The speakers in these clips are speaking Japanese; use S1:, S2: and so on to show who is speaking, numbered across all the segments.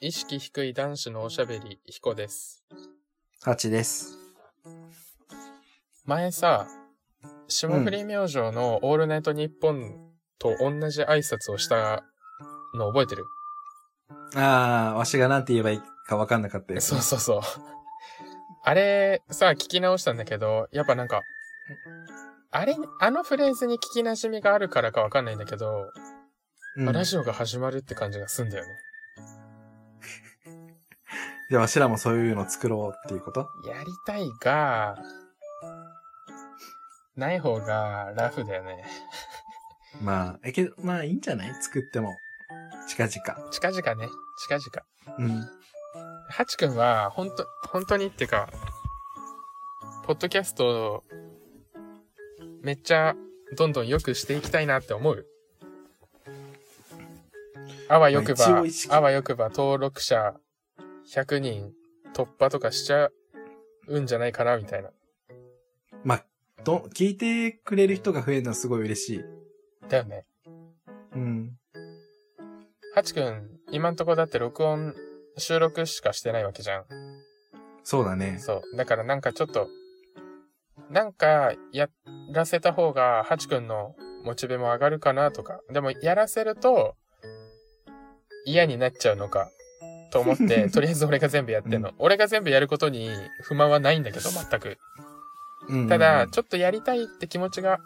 S1: 意識低い男子のおしゃべり、彦です。
S2: ハチです。
S1: 前さ、霜降り明星のオールナイトニッポンと同じ挨拶をしたの覚えてる、
S2: あー、わしがなんて言えばいいかわかんなかったです。
S1: そうそうそう。あれ、さ、聞き直したんだけど、やっぱなんか、あれ、あのフレーズに聞き馴染みがあるからかわかんないんだけど、
S2: うん、
S1: ラ
S2: じ
S1: ジオが始まるって感じがすんだよね。
S2: ゃあわしらもそういうの作ろうっていうこと
S1: やりたいが、ない方がラフだよね。
S2: まあ、えけど、まあいいんじゃない作っても。近々。
S1: 近々ね、近々。
S2: うん。
S1: ハチ君は、本当本当にっていうか、ポッドキャスト、めっちゃ、どんどん良くしていきたいなって思う。あわよくば
S2: まあ一応意、識
S1: あわよくば登録者100人突破とかしちゃうんじゃないかな、みたいな。
S2: まあ、ど、聞いてくれる人が増えるのはすごい嬉しい。
S1: だよね。
S2: うん。
S1: ハチ君、今んとこだって録音、収録しかしてないわけじゃん。
S2: そうだね。
S1: そう。だからなんかちょっと、なんかやらせた方が、ハチくんのモチベも上がるかなとか。でもやらせると、嫌になっちゃうのか、と思 って、とりあえず俺が全部やってんの。俺が全部やることに不満はないんだけど、全く。
S2: うん、
S1: ただ、、ちょっとやりたいって気持ちが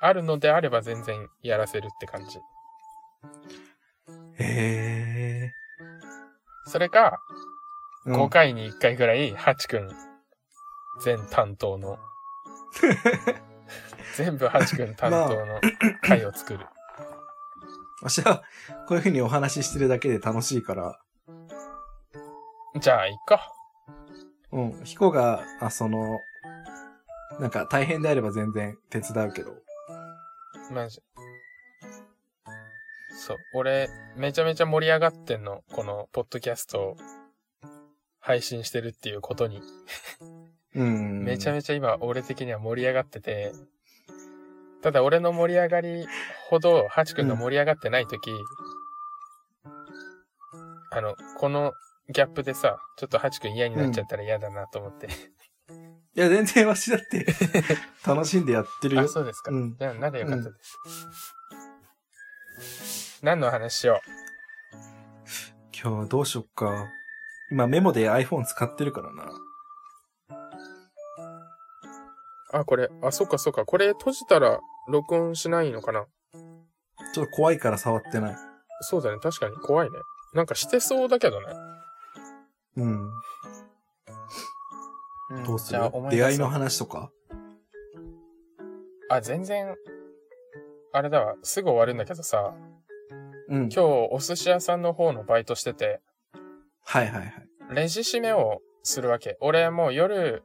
S1: あるのであれば全然やらせるって感じ。
S2: へ
S1: それか、
S2: ー。うん
S1: 5回に1回ぐらい、ハチくん、全担当 の。全部ハチくん担当の回を作る。
S2: わしは、こういうふうにお話ししてるだけで楽しいから、
S1: じゃあ、行っか。
S2: うん。ヒコが、あ、その、なんか大変であれば全然手伝うけど。
S1: マジ。そう。俺、めちゃめちゃ盛り上がってんの。この、ポッドキャストを配信してるっていうことに。
S2: うん。
S1: めちゃめちゃ今、俺的には盛り上がってて。ただ、俺の盛り上がりほど、ハチ君が盛り上がってないとき、あの、このギャップでさ、ちょっとハチ君嫌になっちゃったら嫌だなと思って。
S2: いや、全然わしだ って、楽しんでやってるよ
S1: あ、。そうですか。
S2: うん
S1: じゃあ、ならよかったです。何の話しよ
S2: 今日はどうしよっか。今メモで iPhone 使ってるからな。
S1: う。あ、これ、あ、そっかそっか。これ閉じたら録音しないのかな
S2: ちょっと怖いから触ってない。
S1: そうだね。確かに怖いね。なんかしてそうだけどね。
S2: うん。どうす
S1: じ
S2: る
S1: ゃあ思い出
S2: 出
S1: そう
S2: 会いの話とか
S1: あ、全然、あれだわ。すぐ終わるんだけどさ、
S2: うん。
S1: 今日お寿司屋さんの方のバイトしてて、
S2: はいはいはい。
S1: レジ締めをするわけ。俺もう夜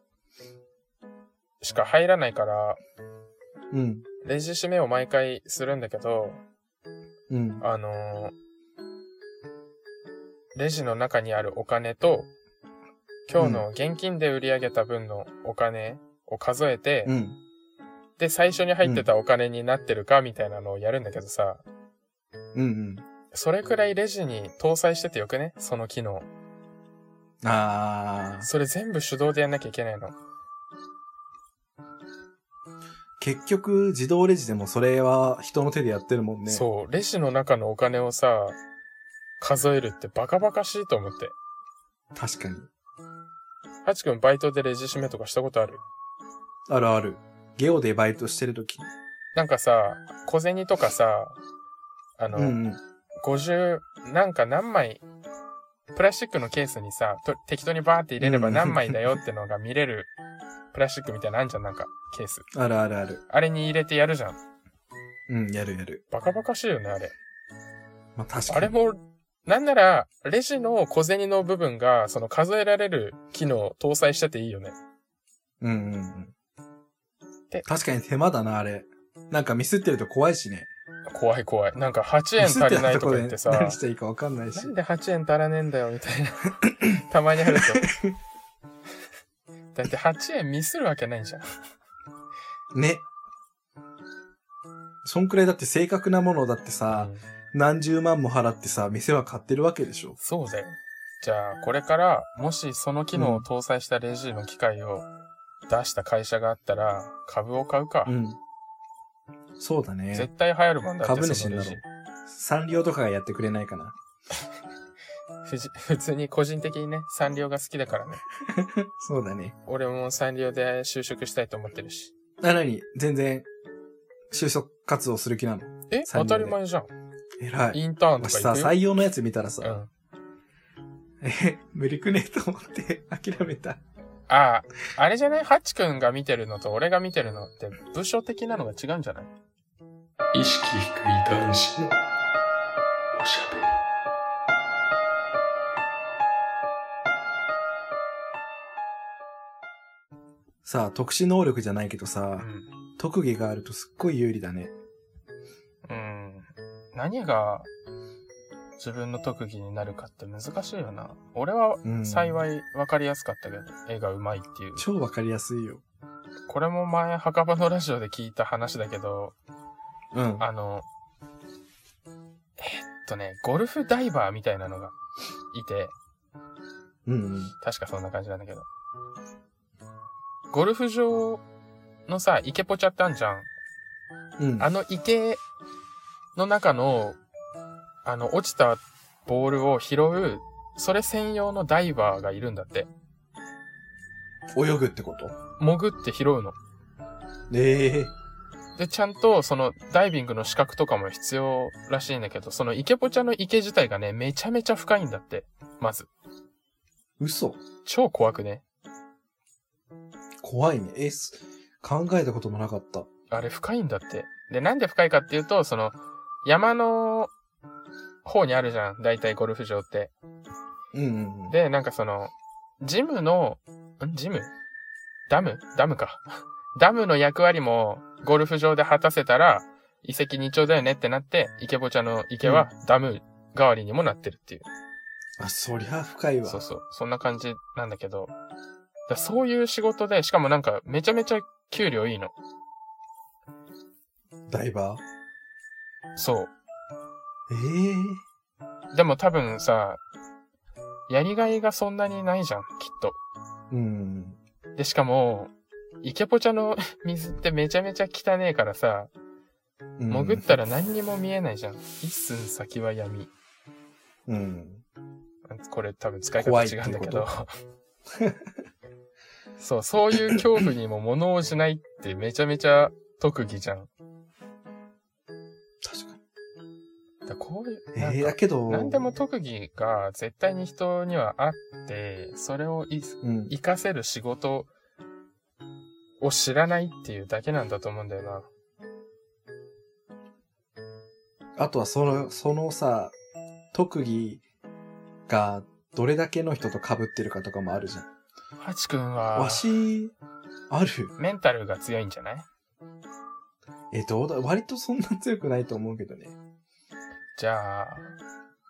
S1: しか入らないから、
S2: うん。
S1: レジ締めを毎回するんだけど、
S2: うん。
S1: あのーレジの中にあるお金と、今日の現金で売り上げた分のお金を数えて、
S2: うん。
S1: で、最初に入ってたお金になってるかみたいなのをやるんだけどさ、
S2: うん
S1: それくらいレジに搭載しててよくねその機能。
S2: うん。あー。
S1: それ全部手動でやんなきゃいけないの。
S2: 結局、自動レジでもそれは人の手でやってるもんね。う。
S1: そう、レジの中のお金をさ、数えるってバカバカしいと思って。
S2: 確かに。
S1: ハチ君バイトでレジ締めとかしたことある
S2: あるある。ゲオでバイトしてるとき。
S1: なんかさ、小銭とかさ、あの、
S2: うんうん。
S1: 50、なんか何枚、プラスチックのケースにさ、と適当にバーって入れれば
S2: うん
S1: 何枚だよってのが見れる、プラスチックみたいなのあんじゃん、なんか、ケース。
S2: あるあるある。
S1: あれに入れてやるじゃん。
S2: うん、やるやる。
S1: バカバカしいよね、あれ。
S2: まあ確かに。
S1: あれも、なんなら、レジの小銭の部分が、その数えられる機能を搭載してていいよね。
S2: うんうんうん。
S1: で
S2: 確かに手間だな、あれ。なんかミスってると怖いしね。
S1: 怖い怖い。なんか8
S2: ミ
S1: 円
S2: ス
S1: 足
S2: って
S1: りな
S2: る
S1: いと
S2: と
S1: か
S2: こ
S1: 言
S2: で
S1: ってさ、
S2: 何していいかわかんないし
S1: な。んで8円足らねえんだよ、みた いな。たまにあると。だって8円ミスるわけないじゃん。
S2: ね。そんくらいだって正確なものだってさ、
S1: うん
S2: 何十万も払ってさ、店は買ってるわけでしょ。
S1: そうだよ。じゃあ、これから、もしその機能を搭載したレジの機械を出した会社があったら、株を買うか。
S2: うん。そうだね
S1: 絶。対流行るもんだって
S2: 株主
S1: そ
S2: に
S1: の
S2: な
S1: レ
S2: ろ
S1: ジ
S2: う。サンリオとかがやってくれないかな。
S1: ふじ 普通に個人的にね、サンリオが好きだからね。
S2: そうだね。
S1: 俺もサンリオで就職したいと思ってるし。
S2: なのに、全然、就職活動する気なの。
S1: え
S2: サ
S1: 当
S2: ンリ
S1: た
S2: オで
S1: り前じゃん。
S2: 偉い。
S1: インターンと
S2: 私
S1: か行
S2: さ、
S1: くよ。
S2: 採用のやつ見たら
S1: う
S2: さ、
S1: ん。
S2: え、無理くねえと思って諦めた。
S1: ああ、あれじゃないハチ君が見てるのと俺が見てるのって部署的なのが違うんじゃない
S3: 意識低い男子のおしゃべり。
S2: さあ、特殊能力じゃないけどさ、
S1: ん。
S2: 特技があるとすっごい有利だね。
S1: うん。何が自分の特技になるかって難しいよな。俺は
S2: うん。
S1: 幸い分かりやすかったけど、絵が上手いっていう。
S2: 超わかりやすいよ。
S1: これも前、墓場のラジオで聞いた話だけど、
S2: うん。
S1: あの、えっとね、ゴルフダイバーみたいなのがいて、
S2: うんうん。
S1: 確かそんな感じなんだけど。ゴルフ場のさ、池ポチャってあんじゃん。
S2: うん。
S1: あの池の中の、あの、落ちたボールを拾う、それ専用のダイバーがいるんだって。
S2: 泳ぐってこと
S1: 潜って拾うの。
S2: ええ
S1: で、ちゃんと、その、ダイビングの資格とかも必要らしいんだけど、その、池ポチャの池自体がね、めちゃめちゃ深いんだって。まず。
S2: 嘘
S1: 超怖くね。
S2: 怖いね。え、す考えたこともなかった。
S1: あれ深いんだって。で、なんで深いかっていうと、その、山の方にあるじゃん。大体ゴルフ場って。
S2: うんうんうん。
S1: で、なんかその、ジムの、んジムダムダムか。 ダムの役割もゴルフ場で果たせたら、遺跡二丁だよねってなって、池坊ちゃんの池はダム代わりにもなってるっていう。
S2: あ、そりゃ深いわ。
S1: そうそう。そんな感じなんだけど。だそういう仕事で、しかもなんかめちゃめちゃ給料いいの。
S2: ダイバー
S1: そう。
S2: ええ
S1: でも多分さ、やりがいがそんなにないじゃん、きっと。
S2: うん。
S1: で、しかも、イケポチャの 水ってめちゃめちゃ汚ねえからさ、
S2: うん
S1: 潜ったら何にも見えないじゃん。一寸先は闇。
S2: うん。
S1: これ多分使い方
S2: 怖い
S1: 違うんだけ
S2: っていう
S1: ど。 そう、そういう恐怖にも物をしないってめちゃめちゃ特技じゃん。
S2: 確かに。
S1: だこういう、なん
S2: ええ
S1: か
S2: だけど。
S1: 何でも特技が絶対に人にはあって、それをい
S2: うん。
S1: 活かせる仕事を知らないっていうだけなんだと思うんだよな。
S2: あとはその、そのさ、特技がどれだけの人と被ってるかとかもあるじゃん。
S1: ハチ君は
S2: わ、し、ある
S1: メンタルが強いんじゃない
S2: え、どうだ割とそんな強くないと思うけどね。
S1: じゃあ、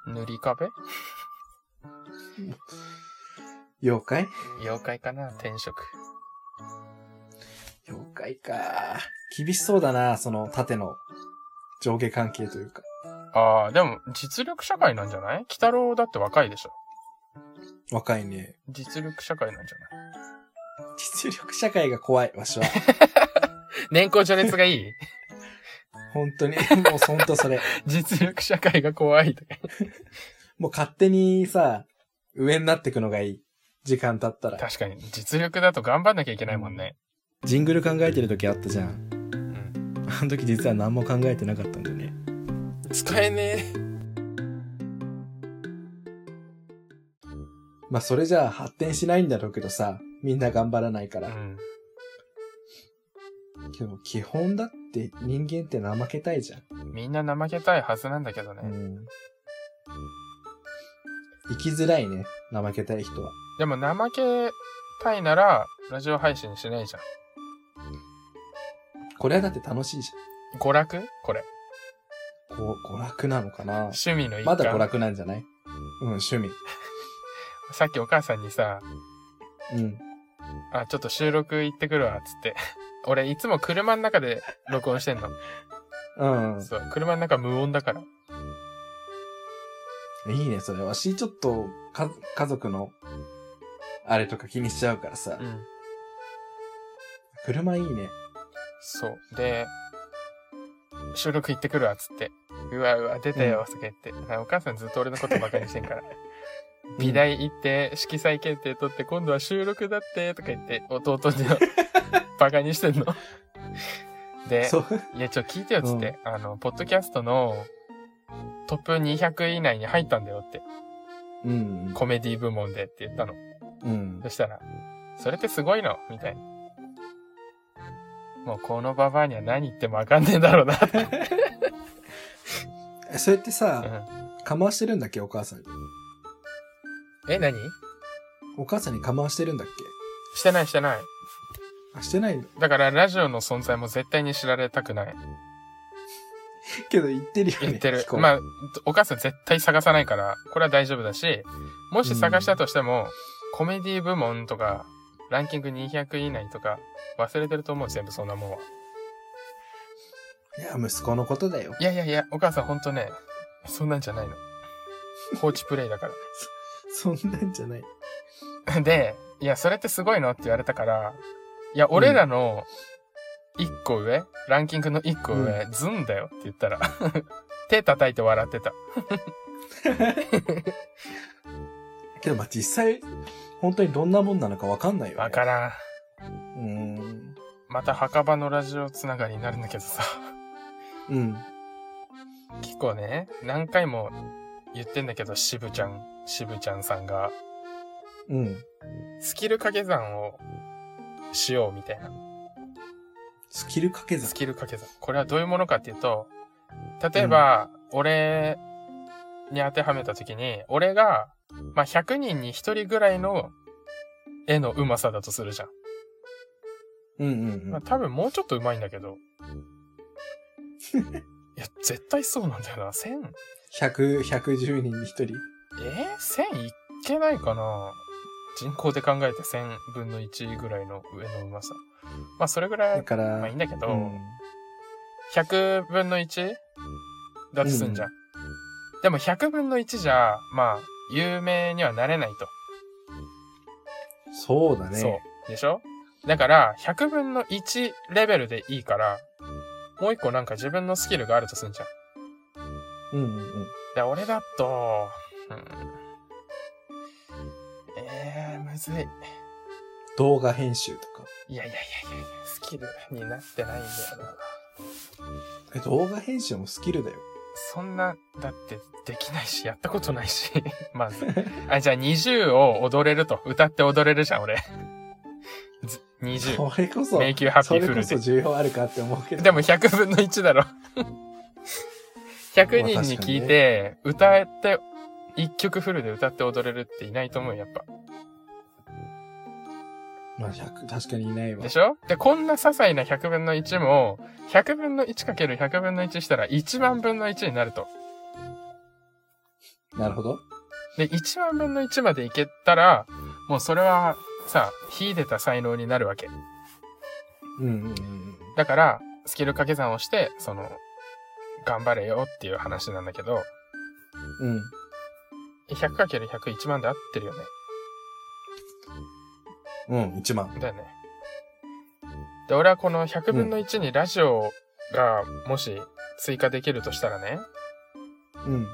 S1: 塗り壁
S2: 妖怪
S1: 妖怪かな転職。
S2: 妖怪か。厳しそうだな、その縦の上下関係というか。
S1: ああ、でも実力社会なんじゃない鬼太郎だって若いでしょ。
S2: 若いね。
S1: 実力社会なんじゃない
S2: 実力社会が怖い、わ しは。
S1: 年功序列がいい
S2: 本当に、もうほんとそれ。
S1: 実力社会が怖いとか。
S2: もう勝手にさ、上になってくのがいい。時間経ったら。
S1: 確かに、実力だと頑張んなきゃいけないもんね。
S2: ジングル考えてる時あったじゃん。
S1: うん。
S2: あの時実は何も考えてなかったんだよね。
S1: 使えねえ。
S2: まあそれじゃあ発展しないんだろうけどさ、みんな頑張らないか
S1: う
S2: ら。
S1: ん。
S2: けど基本だって人間って怠けたいじゃん。
S1: みんな怠けたいはずなんだけどね。
S2: うん。生きづらいね、怠けたい人は。
S1: でも怠けたいなら、ラジオ配信しないじゃ
S2: これはだって楽しいじ
S1: ん。娯楽これ。
S2: ゃん。こう、娯楽なのかな
S1: 趣味の一環。
S2: まだ娯楽なんじゃないうん、趣味。
S1: さっきお母さんにさ、
S2: うん。
S1: あ、ちょっと収録行ってくるわ、つって。 俺、いつも車の中で録音してんの。
S2: うん。
S1: そう、車の中無音だから。
S2: いいね、それ。わし、ちょっと、か、家族の、あれとか気にしちゃうからさ。
S1: うん。
S2: 車いいね。
S1: そう。で、収録行ってくるわ、つって。うわうわ、出たよ、すげえって。お母さんずっと俺のことバカにしてんから。美大行って、色彩検定取って、今度は収録だって、とか言って、弟 にバカにしてんの。で、
S2: そう。
S1: いや、ちょ、聞いてよ、つって。あの、ポッドキャストのトップ200以内に入ったんだよって。
S2: うん。
S1: コメディ部門でって言ったの。
S2: うん
S1: そ。したら、それってすごいのみたいな。もうこのババアには何言ってもわかんねえだろうなって。
S2: えそれって
S1: う
S2: さ、
S1: ん
S2: かまわしてるんだっけ、お母さんに。
S1: え、何
S2: お母さんにかまわしてるんだっ
S1: してないしてない。
S2: けあ、してないんだ。
S1: だからラジオの存在も絶対に知られたくない。
S2: けど言ってるよね。
S1: 言ってる
S2: 聞。こう
S1: まあ、お母さん絶対探さないから、これは大丈夫だし、もし探したとしても、コメディ部門とか、ランキング200以内とか、忘れてると思う、全部そんなもんは。
S2: いや、息子のこ とだよ。
S1: いやいやいや、お母さんほんとね、そんなんじゃないの。放置プレイだから。
S2: そんなんじゃない。
S1: で、いや、それってすごいのって言われたから、いや、俺らの一個上、ランキングの一個上、ズンだよって言ったら、 手叩いて笑ってた。
S2: けど、まあ、実際、本当にどんなもんなのかわかんないよ、ね。
S1: わからん。
S2: うーん。
S1: また墓場のラジオつながりになるんだけどさ、
S2: うん。
S1: 結構ね、何回も言ってんだけど、しぶちゃん、しぶちゃんさんが、
S2: うん。
S1: スキル掛け算をしようみたいな。
S2: スキル掛け
S1: ス
S2: 算。
S1: キル掛け算。これはどういうものかっていうと、例えば、俺に当てはめたときに、俺が、まあ、100人に1人ぐらいの絵の上手さだとするじゃん。
S2: うんうん
S1: まあ、
S2: うん。
S1: 多分もうちょっと上手いんだけど。いや、絶対そうなんだよな。1000、
S2: 100、110人に1人。
S1: えー、1000いけないかな人口で考えて1000分の1ぐらいの上の上手さ。まあ、それぐら
S2: だ
S1: い、
S2: から、
S1: まあいいんだけど、
S2: うん。
S1: 100分の 1? だとすんじゃん。でも100分の1じゃ、まあ、有名にはなれないと。
S2: そうだね。
S1: そう。でしょだから、100分の1レベルでいいから、もう一個なんか自分のスキルがあるとすんじゃん。
S2: う。うんうんうん。
S1: で、俺だと、うん、えー、むずい。
S2: 動画編集とか。
S1: いやいやいやいやいや、スキルになってないんだよな。
S2: え、動画編集もスキルだよ。
S1: そんな、だってできないし、やったことないし。 まず。あ、じゃあ20を踊れると。歌って踊れるじゃん、俺。ず20。
S2: それこそ、
S1: 迷宮ハッ
S2: そ
S1: ピー
S2: れ
S1: フ
S2: こ
S1: ル
S2: そ
S1: で。
S2: 需要あるかって思うけど。
S1: でも100分の1だろ。100人に聞いて、歌って、1曲フルで歌って踊れるっていないと思うよ、やっぱ。
S2: まあ、100、確かにいないわ。
S1: でしょで、こんな些細な100分の1も、100分の 1×100 分の1したら1万分の1になると。
S2: なるほど。
S1: で、1万分の1までいけたら、もうそれは、さ、秀でた才能になるわけ。
S2: うんうんうん
S1: だから、スキル掛け算をして、その、頑張れよっていう話なんだけど、
S2: うん。うん。
S1: 100×101 万で合ってるよね。
S2: うん、1万。
S1: だよね。で、俺はこの100分の1にラジオが、もし追加できるとしたらね、
S2: うん。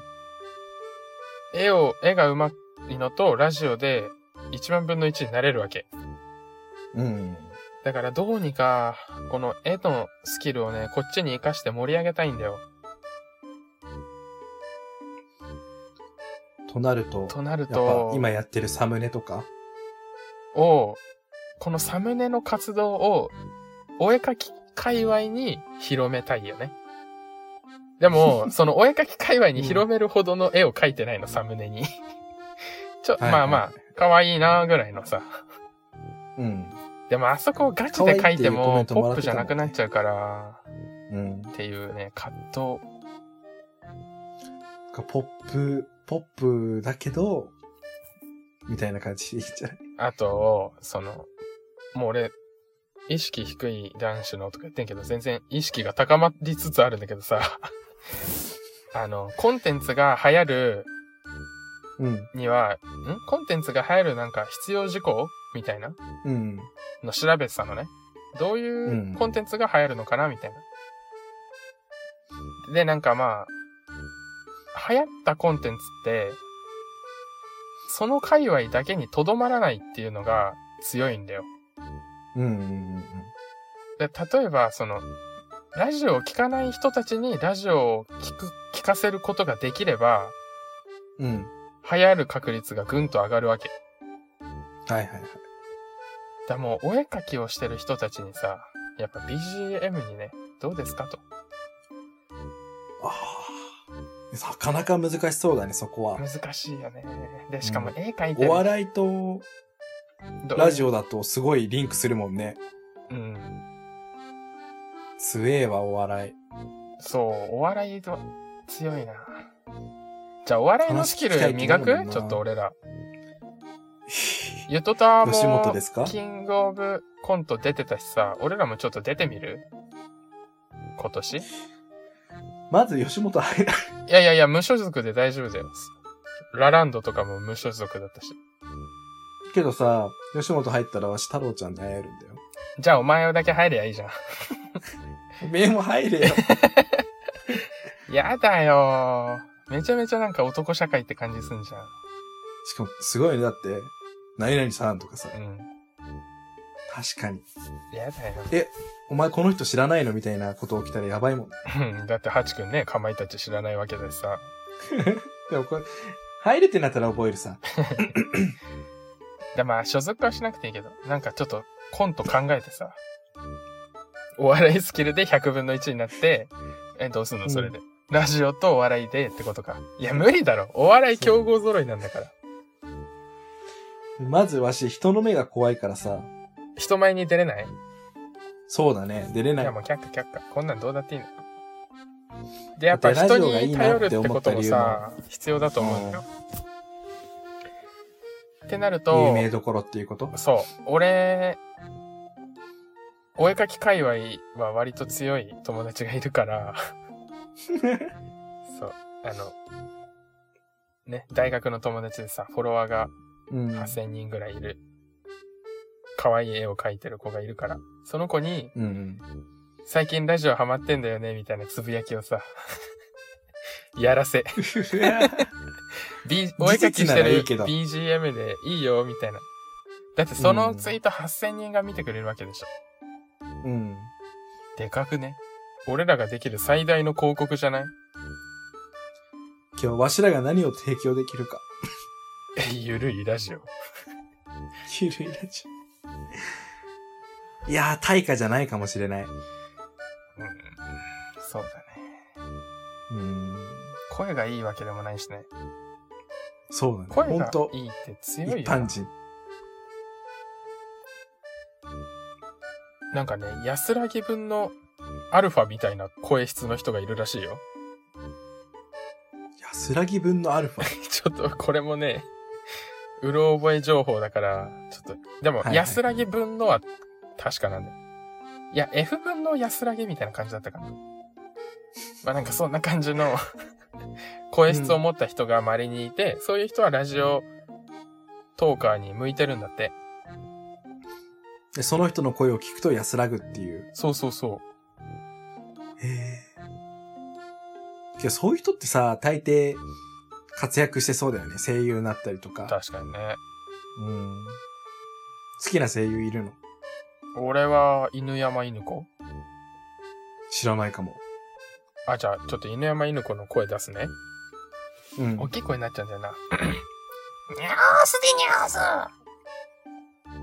S1: 絵を、絵が上手いのと、ラジオで1万分の1になれるわけ。
S2: うん。
S1: だからどうにか、この絵のスキルをね、こっちに活かして盛り上げたいんだよ。
S2: となると、
S1: となる
S2: やっぱ
S1: と、
S2: 今やってるサムネとか。
S1: を、このサムネの活動を、お絵かき界隈に広めたいよね。で も、そのお絵かき界隈に広めるほどの絵を描いてないの、サムネに。ちょ、
S2: はい
S1: まあま
S2: は
S1: あ、可愛いなぐらいのさ。
S2: うん。
S1: でも、あそこをガチで描いて
S2: 可愛
S1: も、
S2: いっていうコメント
S1: ポ
S2: もら
S1: ッ
S2: っ
S1: プじ
S2: てた
S1: ゃ
S2: もんね
S1: なくなっちゃうから、
S2: うん。
S1: っていうね、葛藤。
S2: ポップ、ポップだけど、みたいな感じでいいんじゃない
S1: あと、その、もう俺、意識低い男子のとか言ってんけど、全然意識が高ま りつつあるんだけどさ、あの、コンテンツが流行る
S2: うん。
S1: には、んコンテンツが入るなんか必要事項みたいな
S2: うん。
S1: の調べてたのね。どういううんコンテンツが流行るのかなみたいな。で、なんかまあ、流行ったコンテンツって、その界隈だけにとどまらないっていうのが強いんだよ。
S2: うん。うん
S1: で例えば、その、ラジオを聞かない人たちにラジオを聞く、聞かせることができれば、
S2: うん。うん。
S1: 流行る確率がぐんと上がるわけ。
S2: はいはいはい。
S1: だもうお絵描きをしてる人たちにさ、やっぱ BGM にね、どうですかと。
S2: ああ。なかなか難しそうだね、そこは。
S1: 難しいよね。で、しかも絵描いて
S2: お
S1: る、
S2: 笑いと
S1: ど
S2: ラジオだとすごいリンクするもんね。
S1: うん。
S2: 強えわ、お笑い。
S1: そう、お笑いと強いな。じゃあお笑いのスキル
S2: 話聞きたい
S1: 磨
S2: と思うも
S1: く
S2: んな
S1: ちょっと俺 ら。ゆとたわも
S2: 吉本ですか
S1: キングオブコント出てたしさ、俺らもちょっと出てみる今年い
S2: まず吉本入ら
S1: やいやいや、無所属で大丈夫だよ。ラランドとかも無所属だったし。
S2: けどさ、吉本入ったらわし太郎ちゃんに会えるんだよ。
S1: じゃあお前だけ入りゃいいじゃん。
S2: おめえも入れよ。
S1: やだよーめちゃめちゃなんか男社会って感じすんじ
S2: しかも、すごいね。だって、何々さんとかさ
S1: ゃ。ん。うん。
S2: 確かに。
S1: やだよ。
S2: お前この人知らないのみたいなこと起きたらやばいもんね。
S1: うんだって、ハチ君ね、かまいたち知らないわけだしさ。
S2: でもこれ、入れってなったら覚えるさ。
S1: で、まあ、所属はしなくていいけど、なんかちょっとコント考えてさ、お笑いスキルで100分の1になって、え、どうすんのそれで。ラジオとお笑いでってことか。いや、無理だろ。お笑い競合揃いなんだから。
S2: まずわし、人の目が怖いからさ。
S1: 人前に出れないい
S2: そうだね。出れない
S1: や、。もう却下却下。こんなんどうだっていいので、やっ
S2: だ
S1: ぱ
S2: ってラジ
S1: 人
S2: オがいい
S1: に
S2: な
S1: 頼
S2: っ
S1: るってて
S2: 思
S1: こ
S2: っ
S1: と
S2: た理
S1: も
S2: 由
S1: さ、必要だと思うのよ。ってなると、
S2: 有名どころっていうこと
S1: そう。俺、お絵かき界隈は割と強い友達がいる から、そう。あの、ね、大学の友達でさ、フォロワーが
S2: うん。
S1: 8000人ぐらいいる、可愛い絵を描いてる子がいるから、その子に、
S2: うんうん。
S1: 最近ラジオハマってんだよね、みたいなつぶやきをさ、 やらせ。B、お絵かきして
S2: 事実ならい
S1: る
S2: いけど
S1: BGM でいいよ、みたいな。だってその
S2: うん
S1: ツイート8000人が見てくれるわけでしょ。
S2: うん。
S1: でかくね。俺らができる最大の広告じゃない
S2: 今日わしらが何を提供できるか。
S1: ゆるいラジオ。
S2: ゆるいラジオ。いやー、対価じゃないかもしれな
S1: う
S2: い。
S1: ん。そうだね。
S2: うん。
S1: 声がいいわけでもないしね。
S2: そうだね。
S1: 声
S2: ほ
S1: が
S2: んと
S1: い、いって強いよ
S2: 一
S1: な。
S2: 般人。
S1: なんかね、安らぎ分のアルファみたいな声質の人がいるらしいよ。
S2: 安らぎ分のアルファ。
S1: ちょっとこれもね、うろ覚え情報だから、ちょっと、でも
S2: はいはい
S1: 安らぎ分のは確かなんだよ。いや、F 分の安らぎみたいな感じだったかな。まあなんかそんな感じの 声質を持った人が稀にいて、そういう人はラジオトーカーに向いてるんだって。
S2: でその人の声を聞くと安らぐっていう。
S1: そうそうそ
S2: へえ。けどそういう人ってさ、大抵活躍してそうだよね。声優になったりと
S1: う。
S2: か。
S1: 確かにね。
S2: うん。好きな声優いるの
S1: 俺は犬山犬子
S2: 知らないかも。
S1: あ、じゃあちょっと犬山犬子の声出すね。
S2: うん
S1: 大。きい声になっちゃうんだよ な。ニャースでニャース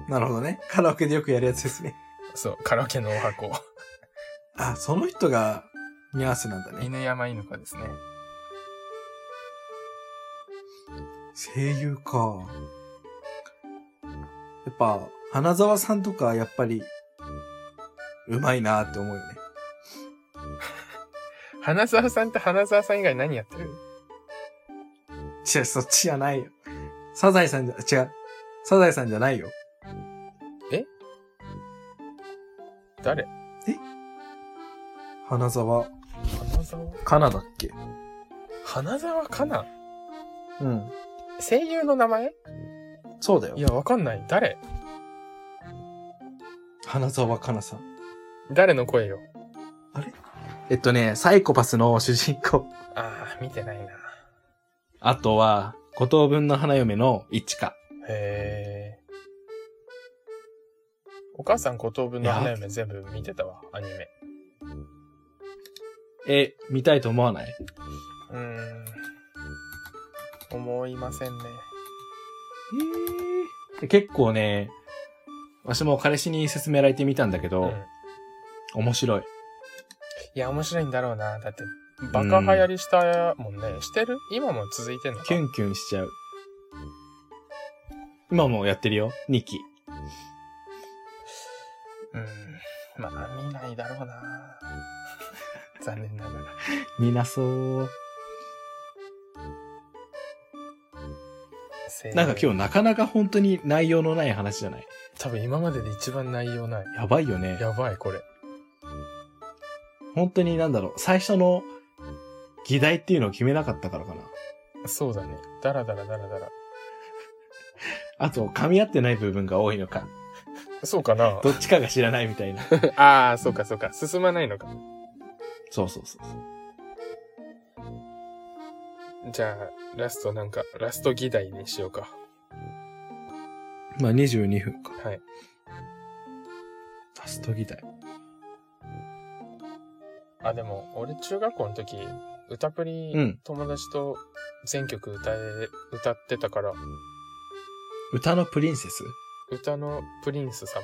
S2: なるほどね。カラオケでよくやるやつですね。
S1: そう、カラオケのお箱。
S2: あ、その人がニャースなんだね。
S1: 犬山犬子ですね。
S2: 声優か。やっぱ、花沢さんとか、やっぱり、うまいなって思うよね。
S1: 花沢さんって花沢さん以外何やってる
S2: 違う、そっちじゃないよ。サザエさんじゃ、違う。サザエさんじゃないよ。
S1: 誰
S2: 花沢、
S1: 花沢
S2: カナだっけ
S1: 花沢かな
S2: うん。
S1: 声優の名前
S2: そうだよ
S1: い。や、わかんない。誰
S2: 花沢香菜さん。
S1: 誰の声よ。
S2: えっとね、サイコパスの主人公。
S1: ああ、見てないな。
S2: あとは、五等分の花嫁の一花。
S1: へえ。お母さん五等分の花嫁全部見てたわ、アニメ。
S2: え、見たいと思わないう
S1: ーん。思いませんね。
S2: 結構ね、わしも彼氏に勧められてみたんだけど、
S1: うん。
S2: 面白い。
S1: いや、面白いんだろうな。だって、バカ流行りしたもんね。してる今も続いてんのか
S2: キュンキュンしちゃう。今もやってるよ、2期。
S1: うん。まあ、見ないだろうな。 残念ながら。
S2: みなそう。なんか今
S1: 日、
S2: 日なかなか本当に内容のない話じゃない
S1: 多分今までで一番内容ない。
S2: やばいよね。
S1: やばい、これ。
S2: 本当になんだろう、最初の議題っていうのを決めなかったからかな。
S1: そうだね。だらだらだらだら。
S2: あと、噛み合ってない部分が多いのか。
S1: そうかな
S2: どっちかが知らないみ たいな。
S1: ああ、そうかそうか。進まないのか。
S2: そうそうそうそう。
S1: じゃあ、ラストなんか、ラスト議題にしようか。
S2: まあ、22分か。
S1: はい。
S2: ラスト議題。
S1: あ、でも、俺中学校の時、歌プリ、
S2: うん
S1: 友達と全曲歌え、歌ってたから、
S2: 歌のプリンセス
S1: 歌のプリンス様。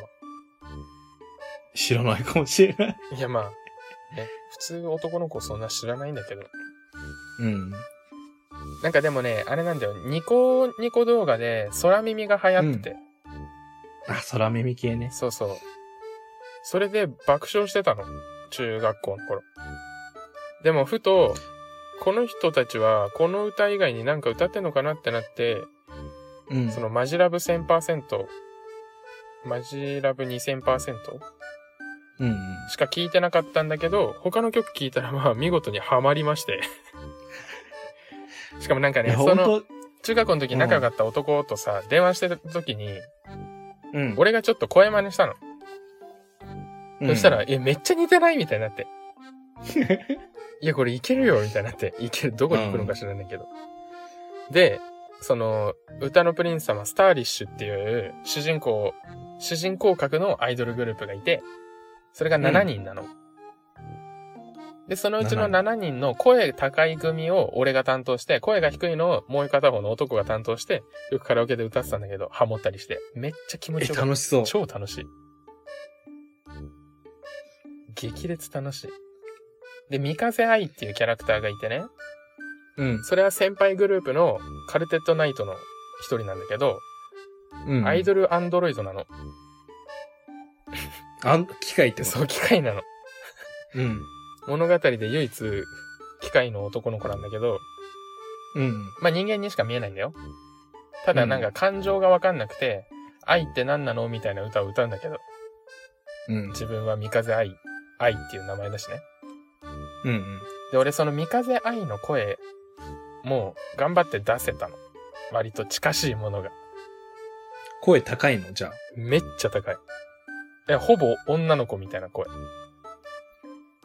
S2: 知らないかもしれない。
S1: いや、まあ、ね、普通男の子そんな知らないんだけど。
S2: うん。
S1: なんかでもね、あれなんだよ。ニコニコ動画で空耳が流行ってて。
S2: あ、空耳系ね。
S1: そうそう。それで爆笑してたの。中学校の頃。でもふと、この人たちはこの歌以外になんか歌ってんのかなってなって、
S2: うん
S1: そのマジラブ1000%、マジラブ2000%
S2: うんうん。
S1: しか聴いてなかったんだけど、他の曲聴いたらまあ見事にハマりま して。しかもなんか
S2: い
S1: ね、
S2: や、
S1: そ
S2: 本
S1: の
S2: 当
S1: 中学校の時仲良かった男とさ、電話してた時に、
S2: うん
S1: 俺がちょっと声真似したの。そしたら、
S2: うん
S1: え、めっちゃ似てないみたいにな って。いや、これいけるよみたいになって。いける、どこに行くのか知らないけど。で、その、歌のプリンス様、スターリッシュっていう、主人公、主人公格のアイドルグループがいて、それが7人なの。で、そのうちの7人の声高い組を俺が担当して、声が低いのをもう片方の男が担当して、よくカラオケで歌ってたんだけど、ハモったりして、めっちゃ気持
S2: え、
S1: ちよかった
S2: 楽しそう。
S1: 超楽しい。激烈楽しい。で、三風愛っていうキャラクターがいてね、
S2: うん。
S1: それは先輩グループのカルテットナイトの一人なんだけど、
S2: うん。
S1: アイドルアンドロイドなの。
S2: あん、機械ってこと
S1: そう、機械なの。
S2: うん。
S1: 物語で唯一、機械の男の子なんだけど、
S2: うん。
S1: まあ人間にしか見えないんだよ。ただなんか感情がわかんなくて、愛って何なのみたいな歌を歌うんだけど、
S2: うん。
S1: 自分は三風愛、愛っていう名前だしね。
S2: うん。
S1: で、俺その三風愛の声もう頑張って出せたの。割と近しいものが。
S2: 声高いのじゃあ。
S1: めっちゃ高い。え、ほぼ女の子みたいな声。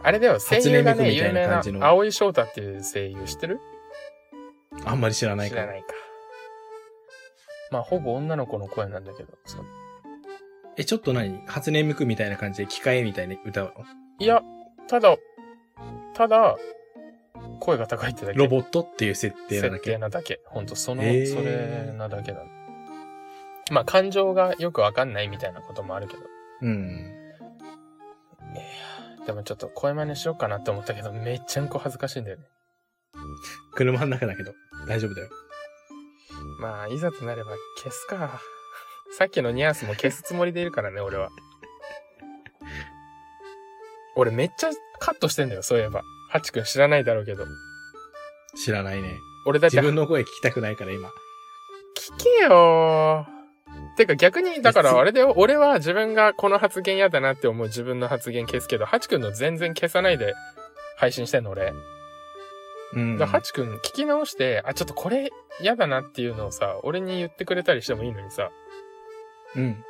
S1: あれだよ、声優が
S2: 初音ミク
S1: ね、有
S2: みたいな
S1: 名な
S2: 感じの
S1: 青井翔太っていう声優知ってる
S2: あんまり知らない
S1: 知
S2: からら。
S1: ないか。まあ、ほぼ女の子の声なんだけど。そう
S2: え、ちょっと何初音ミクみたいな感じで機械みたいに歌うの
S1: いや、ただ、ただ、声が高いってだけ。
S2: ロボットっていう設定なだ
S1: 設定
S2: け。
S1: なだけ。ほんと、その、
S2: へー
S1: それなだけだ。まあ、感情がよくわかんないみたいなこともあるけど。
S2: うん。
S1: でもちょっと声真似しようかなって思ったけど、めっちゃんこ恥ずかしいんだよね。
S2: 車の中だけど、大丈夫だよ。
S1: まあ、いざとなれば消すか。 さっきのニャースも消すつもりでいるからね、俺は。 俺めっちゃカットしてんだよ、そういえば。ハチ君知らないだろうけど。
S2: 知らないね。
S1: 俺だって
S2: 自分の声聞きたくないから今。
S1: 聞けよーてか逆に、だから
S2: 別に
S1: あれだよ、俺は自分がこの発言嫌だなって思う自分の発言消すけど、ハチ君の全然消さないで配信してんの俺。
S2: うん。
S1: だからハチ君聞き直して、あ、ちょっとこれ嫌だなっていうのをさ、俺に言ってくれたりしてもいいのにさ、
S2: うん。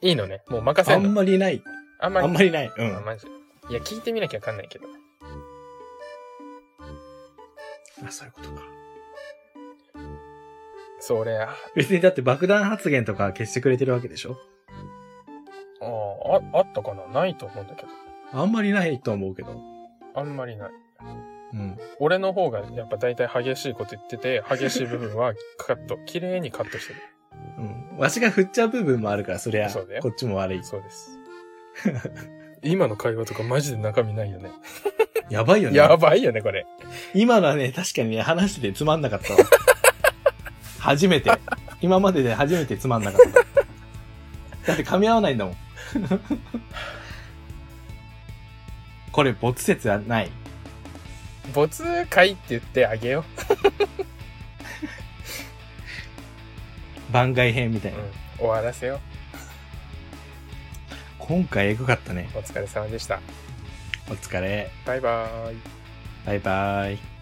S1: いいのね。もう任
S2: あ
S1: せん
S2: ん
S1: の。
S2: まりない。
S1: あんま
S2: あんまりない。う
S1: あ
S2: ん。
S1: マジいや、聞いてみなきゃわかんないけど。
S2: あ、そういうことか。
S1: そう、俺、あ、
S2: 別にだって爆弾発言とか消してくれてるわけでしょ
S1: あああったかなないと思うんだけど。
S2: あんまりないと思うけど。
S1: あんまりない。
S2: うん。
S1: 俺の方がやっぱ大体激しいこと言ってて、激しい部分はカット、 綺麗にカットしてる。
S2: うん。わしが振っちゃう部分もあるから、そりゃ、
S1: そうだよ
S2: こっちも悪い。
S1: そうです。 今の会話とかマジで中身ないよね。
S2: やばいよね。
S1: やばいよね、これ。
S2: 今のはね、確かにね、話でつまんなかったわ。 初めて。今までで初めてつまんなかった。だって噛み合わないんだもん。 これ、没説はない。
S1: 没会って言ってあげよ
S2: 番外編みた
S1: う。
S2: いうな。
S1: ん。終わらせよ
S2: 今回エグかったね。
S1: う。お疲れ様でした。
S2: お疲れ。
S1: バイバーイ。
S2: バイバイ。